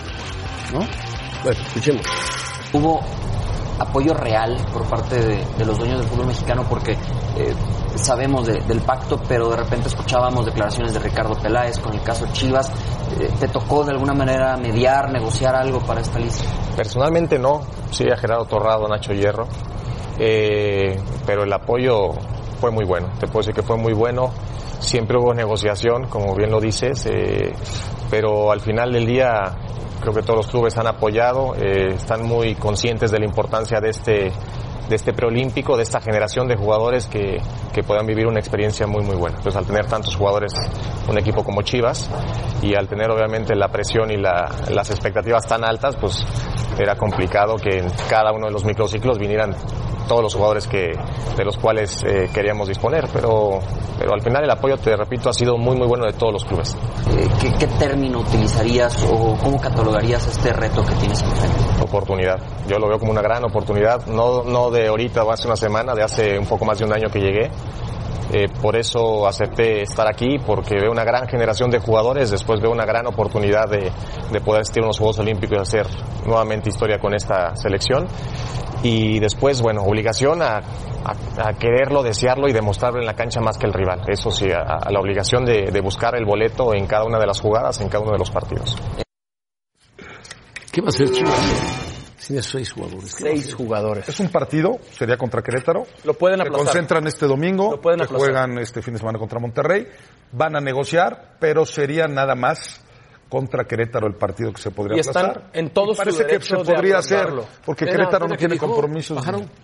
Bueno, escuchemos. hubo apoyo real por parte de, de los dueños del fútbol mexicano porque eh, sabemos de- del pacto, pero de repente escuchábamos declaraciones de Ricardo Peláez con el caso Chivas. Eh, ¿Te tocó de alguna manera mediar, negociar algo para esta lista? Personalmente no, sí a Gerardo Torrado, a Nacho Hierro, eh, pero el apoyo fue muy bueno, te puedo decir que fue muy bueno, siempre hubo negociación, como bien lo dices, eh, pero al final del día creo que todos los clubes han apoyado, eh, están muy conscientes de la importancia de este, de este preolímpico, de esta generación de jugadores que, que puedan vivir una experiencia muy muy buena. Entonces al tener tantos jugadores, un equipo como Chivas, y al tener obviamente la presión y la- las expectativas tan altas, pues era complicado que en cada uno de los microciclos vinieran todos los jugadores que, de los cuales eh, queríamos disponer, pero, pero al final el apoyo, te repito, ha sido muy muy bueno de todos los clubes. Eh, ¿qué, qué término utilizarías o cómo catalogarías este reto que tienes enfrente? oportunidad. Yo lo veo como una gran oportunidad, no, no de ahorita o hace una semana, de hace un poco más de un año que llegué. Eh, por eso acepté estar aquí, porque veo una gran generación de jugadores, después veo una gran oportunidad de, de poder asistir a unos Juegos Olímpicos y hacer nuevamente historia con esta selección. Y después, bueno, obligación a, a- a quererlo, desearlo y demostrarlo en la cancha más que el rival. Eso sí, a, a la obligación de- de buscar el boleto en cada una de las jugadas, en cada uno de los partidos. ¿Qué va a hacer Chivas? Tiene seis jugadores. ¿Qué va a Seis jugadores. Es un partido, sería contra Querétaro. Lo pueden Se aplazar. concentran este domingo, Lo pueden que aplazar. juegan este fin de semana contra Monterrey. Van a negociar, pero sería nada más contra Querétaro el partido que se podría Y están aplazar. en todo Y su parece que derecho se de podría hacer, arreglarlo. porque Era- Querétaro era no que tiene dijo, compromisos. bajaron. hacer?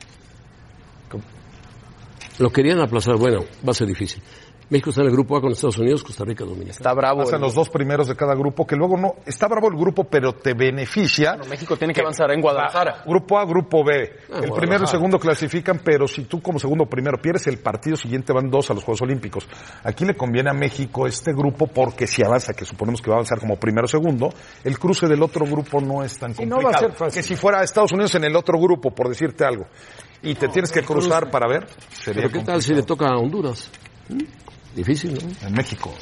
Lo querían aplazar. Bueno, va a ser difícil. México está en el grupo A con Estados Unidos, Costa Rica, Dominicana. Está bravo. Pasan el- los dos primeros de cada grupo, que luego no. Está bravo el grupo, pero te beneficia. Bueno, México tiene que avanzar en Guadalajara. Grupo A, grupo Ah, B. el Guadalajara. primero y segundo clasifican, pero si tú como segundo o primero pierdes el partido siguiente van dos a los Juegos Olímpicos. Aquí le conviene a México este grupo porque si avanza, que suponemos que va a avanzar como primero o segundo, el cruce del otro grupo no es tan no complicado. va a ser fácil. Que si fuera a Estados Unidos en el otro grupo, por decirte algo, y te tienes que cruzar para ver, sería Pero ¿qué tal si le toca a Honduras? ¿Mm? Difícil, ¿no? complicado. en México.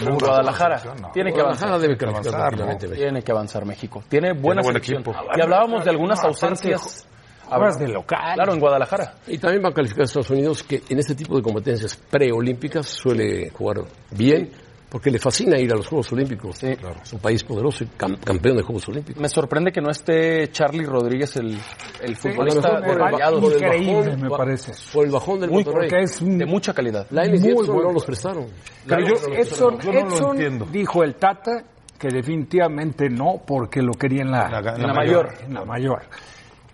En Guadalajara. Tiene que avanzar. Guadalajara debe avanzar, calificar tranquilamente, México. Tiene que avanzar México. Tiene buena buen selección. equipo. Y hablábamos de algunas ausencias. Hablas de local. Claro, en Guadalajara. Y también va a calificar a Estados Unidos, que en este tipo de competencias preolímpicas suele jugar bien, porque le fascina ir a los Juegos Olímpicos. Es un país poderoso y cam- campeón de Juegos Olímpicos. Me sorprende que no esté Charlie Rodríguez, el, el A lo futbolista mejor de por el- Rayados. por el Increíble, bajón, me por- parece. Por el bajón del Muy- Monterrey. porque es un De mucha calidad. Lailes y Muy Edson bueno. no los prestaron. Pero yo- Edson, yo no lo Edson entiendo. dijo el Tata que definitivamente no, porque lo quería en la, La ga- en la mayor. En la mayor.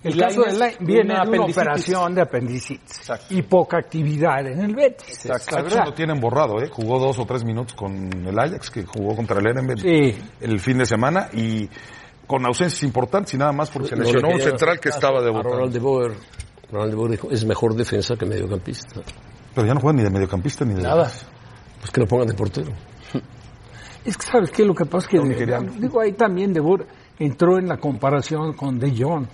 El Y caso de Lainez Lainez viene una de una apendicitis. operación de apendicitis y poca actividad en el Betis. la Ajax verdad. lo tienen borrado, ¿eh? Jugó dos o tres minutos con el Ajax, que jugó contra el Erenberg Sí. el fin de semana, y con ausencias importantes y nada más porque se No le lesionó un quería central hacer que caso estaba A debutando. Ronald de Boer. Ronald de Boer dijo, es mejor defensa que mediocampista. Pero ya no juega ni de mediocampista ni de Nada. Pues que lo pongan de portero. Es que, ¿sabes qué? Lo que pasa es que, digo, ahí también De Boer entró en la comparación con De Jong.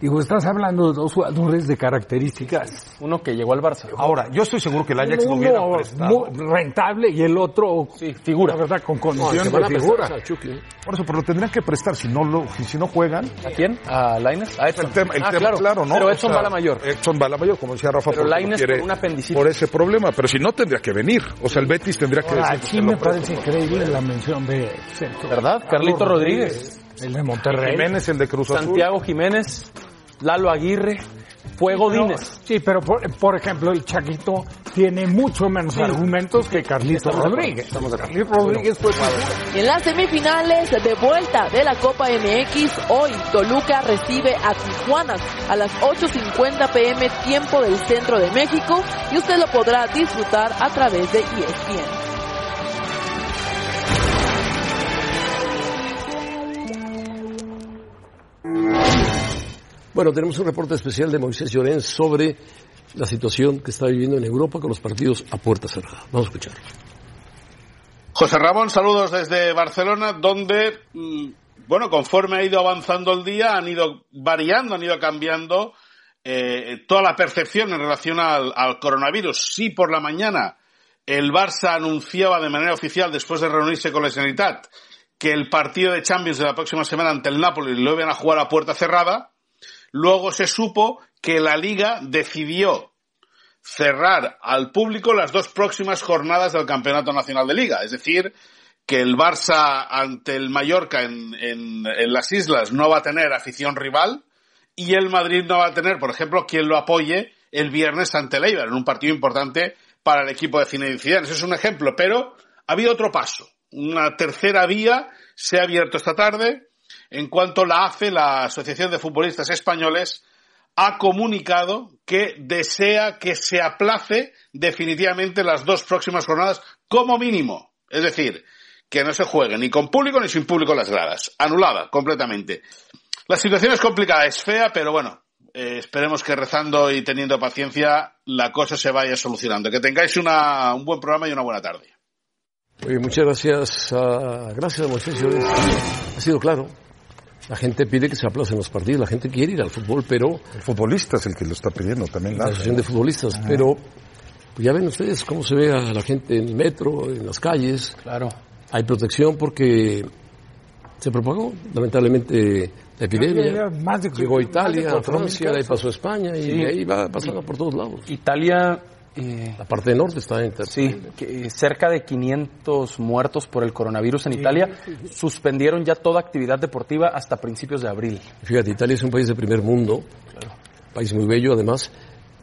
Digo, estás hablando de dos jugadores de características. Uno que llegó al Barça. Ahora, yo estoy seguro que el Ajax lo Uno hubiera prestado. muy rentable y el otro, figura. la verdad, con No, condición que van a Pues, de prestar figura. a Chucky, ¿eh? Por eso, pero lo tendrían que prestar si no lo, si no juegan. ¿A quién? ¿A Laines? A Edson. El tema, el Ah, tema, claro. ¿no? Pero O Edson sea, va a la mayor. Edson va a la mayor, como decía Rafa. Pero porque no Lainez quiere- con una apendicitis. Por ese problema, pero si no tendría que venir. O sea, el Betis tendría que Ahora, decir. aquí me parece increíble la mención de Sergio. ¿Verdad? Carlito El de Monterrey. Jiménez, el de Cruz Azul. Santiago Jiménez, Lalo Aguirre, Fuego No, Dínez. sí, pero por, por ejemplo, el Chaquito tiene mucho menos argumentos que Carlitos Rodríguez. Carlitos Rodríguez fue En las semifinales de vuelta de la Copa MX, hoy Toluca recibe a Tijuana a las 8.50 pm tiempo del centro de México y usted lo podrá disfrutar a través de E ESPN. Bueno, tenemos un reporte especial de Moisés Llorens sobre la situación que está viviendo en Europa con los partidos a puerta cerrada. Vamos a escucharlo. José Ramón, saludos desde Barcelona, donde, mm, bueno, conforme ha ido avanzando el día, han ido variando, han ido cambiando eh, toda la percepción en relación al, al coronavirus. Sí, por la mañana el Barça anunciaba de manera oficial, después de reunirse con la Generalitat, que el partido de Champions de la próxima semana ante el Napoli lo iban a jugar a puerta cerrada. Luego se supo que la Liga decidió cerrar al público las dos próximas jornadas del Campeonato Nacional de Liga. Es decir, que el Barça ante el Mallorca en, en- en las islas no va a tener afición rival y el Madrid no va a tener, por ejemplo, quien lo apoye el viernes ante el Eibar en un partido importante para el equipo de Zinedine Zidane. Ese es un ejemplo, pero ha habido otro paso. Una tercera vía se ha abierto esta tarde en cuanto la AFE, la Asociación de Futbolistas Españoles, ha comunicado que desea que se aplace definitivamente las dos próximas jornadas como mínimo. Es decir, que no se juegue ni con público ni sin público las gradas. Anulada completamente. La situación es complicada, es fea, pero bueno, eh, esperemos que rezando y teniendo paciencia la cosa se vaya solucionando. Que tengáis una- un buen programa y una buena tarde. Oye, muchas gracias. ah, gracias a Moisés Llorens. Ha sido claro. La gente pide que se aplacen los partidos, la gente quiere ir al fútbol, pero El futbolista es el que lo está pidiendo también. la Lázaro. asociación de futbolistas, pero pues ya ven ustedes cómo se ve a la gente en el metro, en las calles. Claro. Hay protección porque se propagó, lamentablemente, la epidemia. más de Llegó a Italia, a cuatro mil Francia, de ahí pasó a España y de ahí va pasando por todos lados. Italia, eh, La parte norte está en sí, que, eh, cerca de 500 muertos por el coronavirus en Italia. Suspendieron ya toda actividad deportiva hasta principios de abril. Fíjate, Italia es un país de primer mundo, país muy bello además,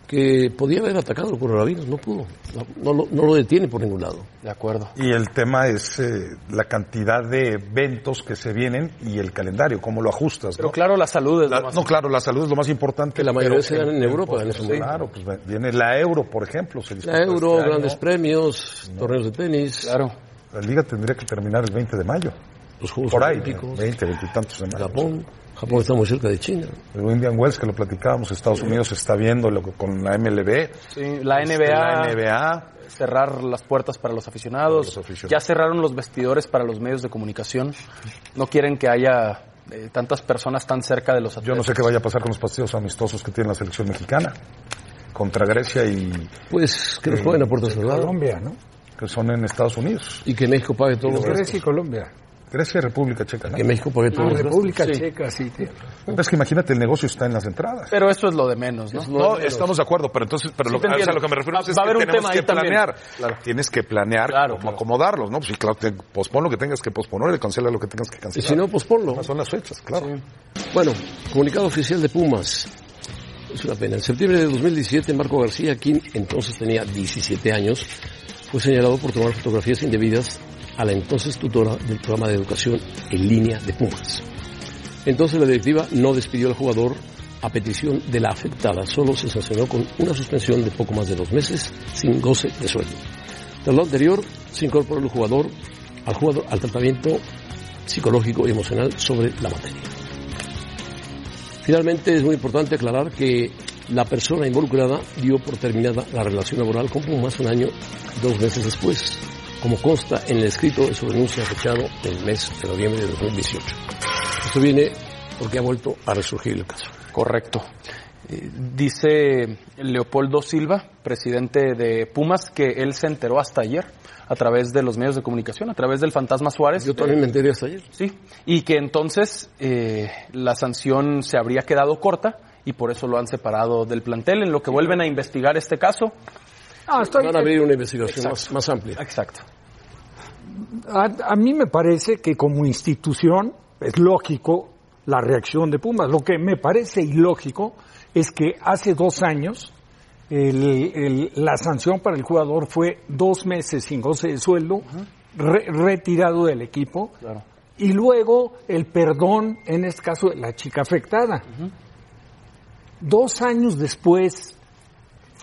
que podía haber atacado el coronavirus, no pudo. No, no lo- no Pues lo detiene por ningún lado. De acuerdo. Y el tema es eh, la cantidad de eventos que se vienen y el calendario, cómo lo ajustas. Pero ¿no? claro, la salud es La- lo más no, claro, la salud es lo más importante. Que la mayoría pero se dan en Europa, en ese pues, momento. Claro, pues viene la Euro, por ejemplo. se disputa La Euro, este año. grandes premios, torneos de tenis, claro. La liga tendría que terminar el 20 de mayo. los Juegos por ahí, Olímpicos, 20, 20 y tantos de mayo. Japón. Japón está muy cerca de China. El Indian Wells, que lo platicábamos, Estados Unidos está viendo lo que- con la MLB. Sí, la este, NBA, La NBA. cerrar las puertas para los aficionados. Para los aficionados. Ya cerraron los vestidores para los medios de comunicación. No quieren que haya eh, tantas personas tan cerca de los Yo atletas. no sé qué vaya a pasar con los partidos amistosos que tiene la selección mexicana contra Grecia y Pues que los jueguen a puerta cerrada Colombia, ¿no? que son en Estados Unidos. y que México pague todos los gastos. Grecia y Colombia. Grecia y República Checa. ¿no? Que México pague La todos los gastos. Ah, República Checa, sí. tiene. Es que imagínate, el negocio está en las entradas. Pero eso es lo de menos, ¿no? No, estamos de acuerdo, pero entonces, pero Sí, lo, te o sea, entiendo. lo que me refiero Va- es que va a haber un tenemos tema que ahí también. planear. Claro. Tienes que planear Claro, cómo claro. acomodarlos, ¿no? Pues sí, claro, te pospon lo que tengas que posponer y cancela lo que tengas que Y cancelar. si no, posponlo. Ah, son las fechas, claro. Bueno, comunicado oficial de Pumas. Es una pena. En septiembre de 2017, Marco García, quien entonces tenía 17 años, fue señalado por tomar fotografías indebidas a la entonces tutora del programa de educación en línea de Pumas. Entonces la directiva no despidió al jugador a petición de la afectada, solo se sancionó con una suspensión de poco más de dos meses sin goce de sueldo. Tras lo anterior, se incorporó el jugador al, jugador, al tratamiento psicológico y emocional sobre la materia. Finalmente, es muy importante aclarar que la persona involucrada dio por terminada la relación laboral con Pumas un año, dos meses después, como consta en el escrito de su renuncia fechado el mes de noviembre de 2018. Esto viene porque ha vuelto a resurgir el caso. Correcto. Eh, Dice Leopoldo Silva, presidente de Pumas, que él se enteró hasta ayer a través de los medios de comunicación, a través del fantasma Suárez. Yo también me enteré hasta ayer. Sí, y que entonces eh, la sanción se habría quedado corta y por eso lo han separado del plantel, en lo que vuelven a investigar este caso. Ah, estoy- Van a abrir una investigación más, más amplia. Exacto. a, a mí me parece que como institución es lógico la reacción de Pumas. Lo que me parece ilógico es que hace dos años el- el- la sanción para el jugador fue dos meses sin goce de sueldo, re- retirado del equipo, y luego el perdón, en este caso, de la chica afectada. Dos años después,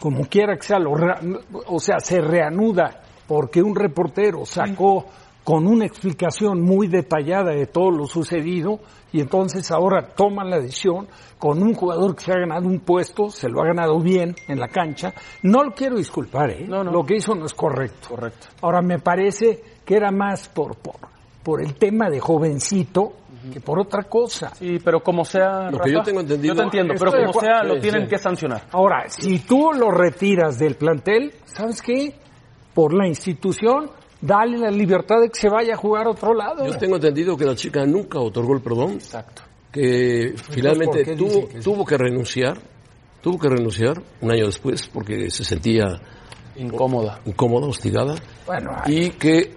como quiera que sea, lo re- o sea, se reanuda porque un reportero sacó con una explicación muy detallada de todo lo sucedido y entonces ahora toman la decisión con un jugador que se ha ganado un puesto, se lo ha ganado bien en la cancha. No lo quiero disculpar, ¿eh? lo que hizo no es correcto. Correcto. Ahora me parece que era más por por, por el tema de jovencito que por otra cosa. Sí, pero como sea, Lo que yo Rafa, tengo entendido- Yo te entiendo, pero Estoy de como acuerdo. sea, lo Sí, tienen sí. que sancionar. Ahora, si tú lo retiras del plantel, ¿sabes qué? Por la institución, dale la libertad de que se vaya a jugar a otro lado. Yo tengo entendido que la chica nunca otorgó el perdón. Exacto. Que finalmente ¿por qué tuvo, dicen que es- tuvo que renunciar. Tuvo que renunciar un año después porque se sentía incómoda, incómoda, hostigada. Bueno, ah, y que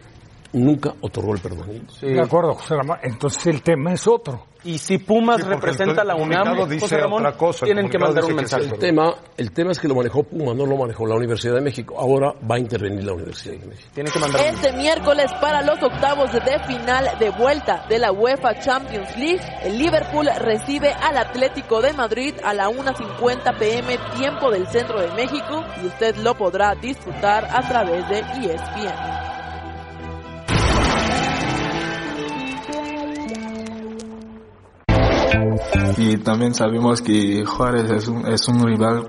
nunca otorgó el perdón. De acuerdo, José Ramón. Entonces el tema es otro. Y si Pumas Sí, porque representa a el la UNAM, comunicado José dice Ramón, otra cosa, el tienen que mandar comunicado un dice que mensaje. El tema, el tema es que lo manejó Puma, no lo manejó la Universidad de México. Ahora va a intervenir la Universidad de México. Tiene que Este miércoles para los octavos de final de vuelta de la UEFA Champions League, el Liverpool recibe al Atlético de Madrid a la 1.50 pm tiempo del centro de México y usted lo podrá disfrutar a través de E ESPN. Y también sabemos que Juárez es un, es un rival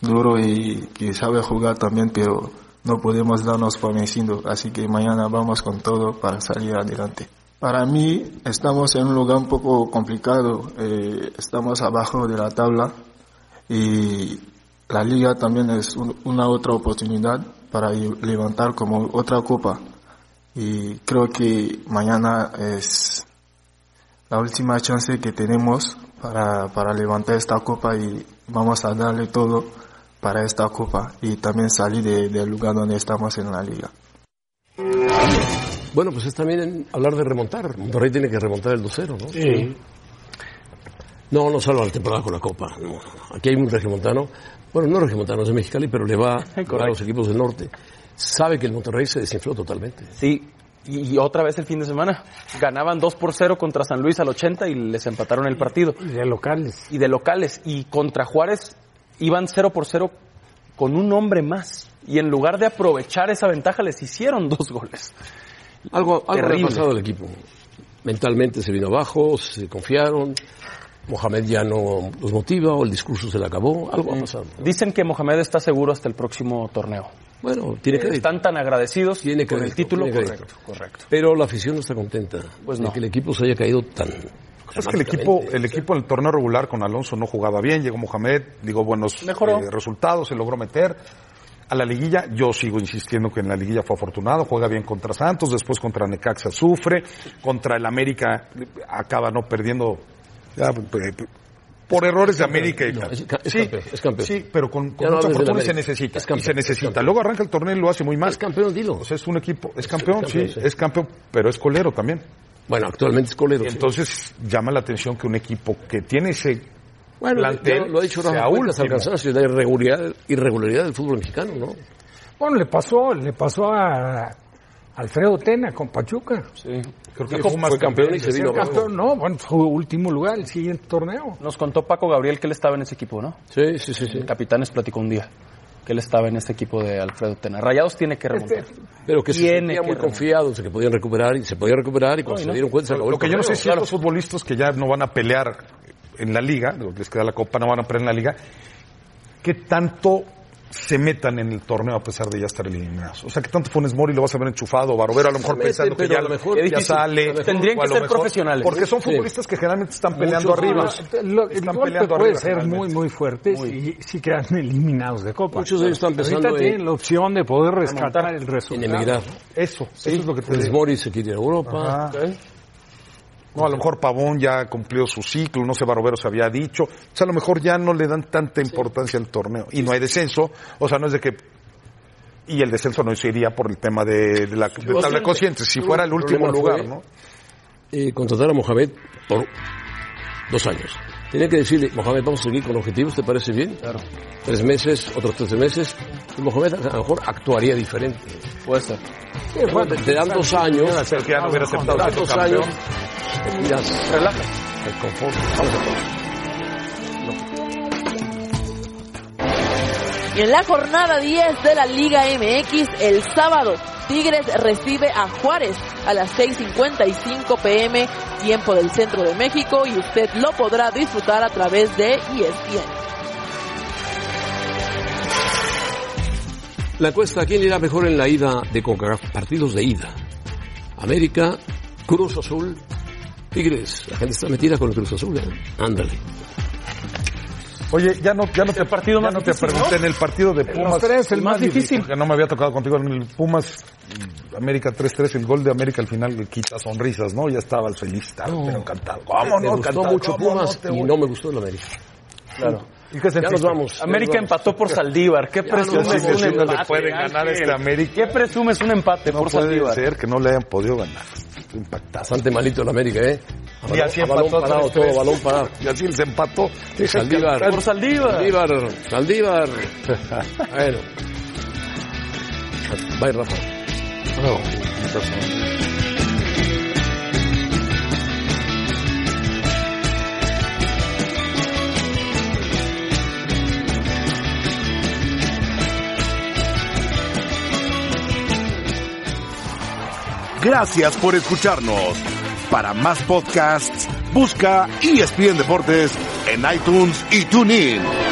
duro y que sabe jugar también, pero no podemos darnos por vencido. Así que mañana vamos con todo para salir adelante. Para mí estamos en un lugar un poco complicado. eh, estamos abajo de la tabla y la liga también es un- una otra oportunidad para i- levantar como otra copa. Y creo que mañana es la última chance que tenemos para, para levantar esta copa y vamos a darle todo para esta copa y también salir de- del lugar donde estamos en la liga. Bueno, pues es también hablar de remontar. Monterrey tiene que remontar el 2-0, ¿no? Sí. No, no salva la temporada con la Copa. no. Aquí hay un regimontano, bueno, no regimontano, es de Mexicali, pero le va a los equipos del norte. Sabe que el Monterrey se desinfló totalmente. Sí, y, y otra vez el fin de semana. Ganaban 2 por 0 contra San Luis al 80 y les empataron el partido. Y de locales. Y de locales. Y contra Juárez iban 0 por 0 con un hombre más. Y en lugar de aprovechar esa ventaja, les hicieron dos goles. Algo, Algo le ha Terrible. pasado al equipo. Mentalmente se vino abajo, se confiaron. Mohamed ya no los motiva o el discurso se le acabó. Algo ha pasado. Mm. Dicen que Mohamed está seguro hasta el próximo torneo. Bueno, tiene crédito. Están tan agradecidos con el crédito, título. tiene crédito. correcto, correcto. Pero la afición no está contenta Pues de no. que el equipo se haya caído tan. Es que el equipo, el equipo en el torneo regular con Alonso no jugaba bien, llegó Mohamed, digo buenos Mejoró. eh, resultados, se logró meter a la liguilla. Yo sigo insistiendo que en la liguilla fue afortunado, juega bien contra Santos, después contra Necaxa sufre, contra el América eh, acaba no perdiendo ya, eh, por errores de América. y tal. es Sí, campeón, es campeón. Sí, pero con, con Ya no mucha hables del fortuna y se América. necesita. Es campeón, y se es necesita. campeón. Luego arranca el torneo y lo hace muy mal. Es campeón, dilo. O sea, es un equipo. Es campeón, campeón, sí, sí. Es campeón, pero es colero también. Bueno, actualmente es colero. Entonces llama la atención que un equipo que tiene ese Bueno, plantel ya lo ha dicho sea Rafa Puentes al último. cansancio de la irregularidad, irregularidad del fútbol mexicano, ¿no? Bueno, le pasó, le pasó a Alfredo Tena con Pachuca. Sí. Creo que Pumas Fue campeón y se vino abajo. campeón, no, bueno, fue último lugar el siguiente torneo. Nos contó Paco Gabriel que él estaba en ese equipo, ¿no? Sí, sí, sí. sí. Capitanes platicó un día. que él estaba en este equipo de Alfredo Tena. Rayados tiene que remontar. Este, Pero que se tiene sentían muy remontar. confiados de que podían recuperar y se podían recuperar y cuando Ay, se ¿no? dieron cuenta se acabó Lo el que yo no sé torneo, si claro. estos futbolistas que ya no van a pelear en la liga, digo, les queda la copa, no van a pelear en la liga, ¿qué tanto se metan en el torneo a pesar de ya estar eliminados? O sea, ¿qué tanto Funes Mori lo vas a ver enchufado, Barovero a lo mejor Se mete, pensando que pero ya, a lo mejor ya es difícil. A sale? lo mejor- Tendrían o a que lo ser mejor- profesionales. Porque son Sí. futbolistas que generalmente están peleando Muchos arriba. jugadores. este, Lo- el Están golpe peleando puede arriba, ser generalmente. muy, muy fuerte si, si quedan eliminados de Copa. Muchos de ellos están pensando Ahorita en- tienen la opción de poder rescatar remontar. el resultado. En emigrar. Eso, eso es lo que te Funes digo. Mori se quiere ir a Europa. Ajá. No, a lo mejor Pavón ya cumplió su ciclo, no sé, Barovero se había dicho. O sea, a lo mejor ya no le dan tanta importancia al torneo. Y no hay descenso, o sea, no es de que... Y el descenso no se iría por el tema de, de la de O sea, tabla de conscientes, si el fuera el último problema fue- lugar, ¿no? eh, contratar a Mohamed por dos años. Tenía que decirle, Mohamed, vamos a seguir con objetivos, ¿te parece bien? Claro. Tres meses, otros 13 meses. Y Mohamed a lo mejor actuaría diferente. Puede ser. Bueno, te, te dan dos años. Pero que ya no hubiera aceptado Te dan ser dos campeón. años. te miras Relaja. el confort. Vamos a ver. Y en la jornada 10 de la Liga MX, el sábado, Tigres recibe a Juárez a las 6.55 pm, tiempo del centro de México, y usted lo podrá disfrutar a través de E ESPN. La encuesta, ¿quién irá mejor en la ida de CONCACAF? Partidos de ida. América, Cruz Azul, Tigres. La gente está metida con el Cruz Azul, ¿eh? Ándale. Oye, ya no, ya no te, partido ya más no te difícil, pregunté en el partido de Pumas. tres, el más difícil. Que no me había tocado contigo en el Pumas. mm, América 3-3, el gol de América al final le quita sonrisas, ¿no? Ya estaba el feliz, estaba pero encantado. ¿Cómo me no? gustó encantado, mucho ¿cómo Pumas te y voy? no me gustó el América. Claro. ¿Y qué Ya nos sentiste? vamos. ya América nos vamos. empató por Saldívar. ¿Qué Ya nos presumes vamos. un Sí, no le empate? pueden Ángel? ganar este América. ¿Qué presumes un empate No por puede Saldívar? ser que no le hayan podido ganar. Estoy impactado. Bastante malito el América, ¿eh? A balón- así a balón empató parado, 3-3. todo, balón parado. Y así les empató. Saldívar. Por Saldívar. Saldívar, Saldívar. Bueno. Bye, Rafa. Gracias por escucharnos. Para E más podcasts, busca ESPN Deportes en iTunes y TuneIn.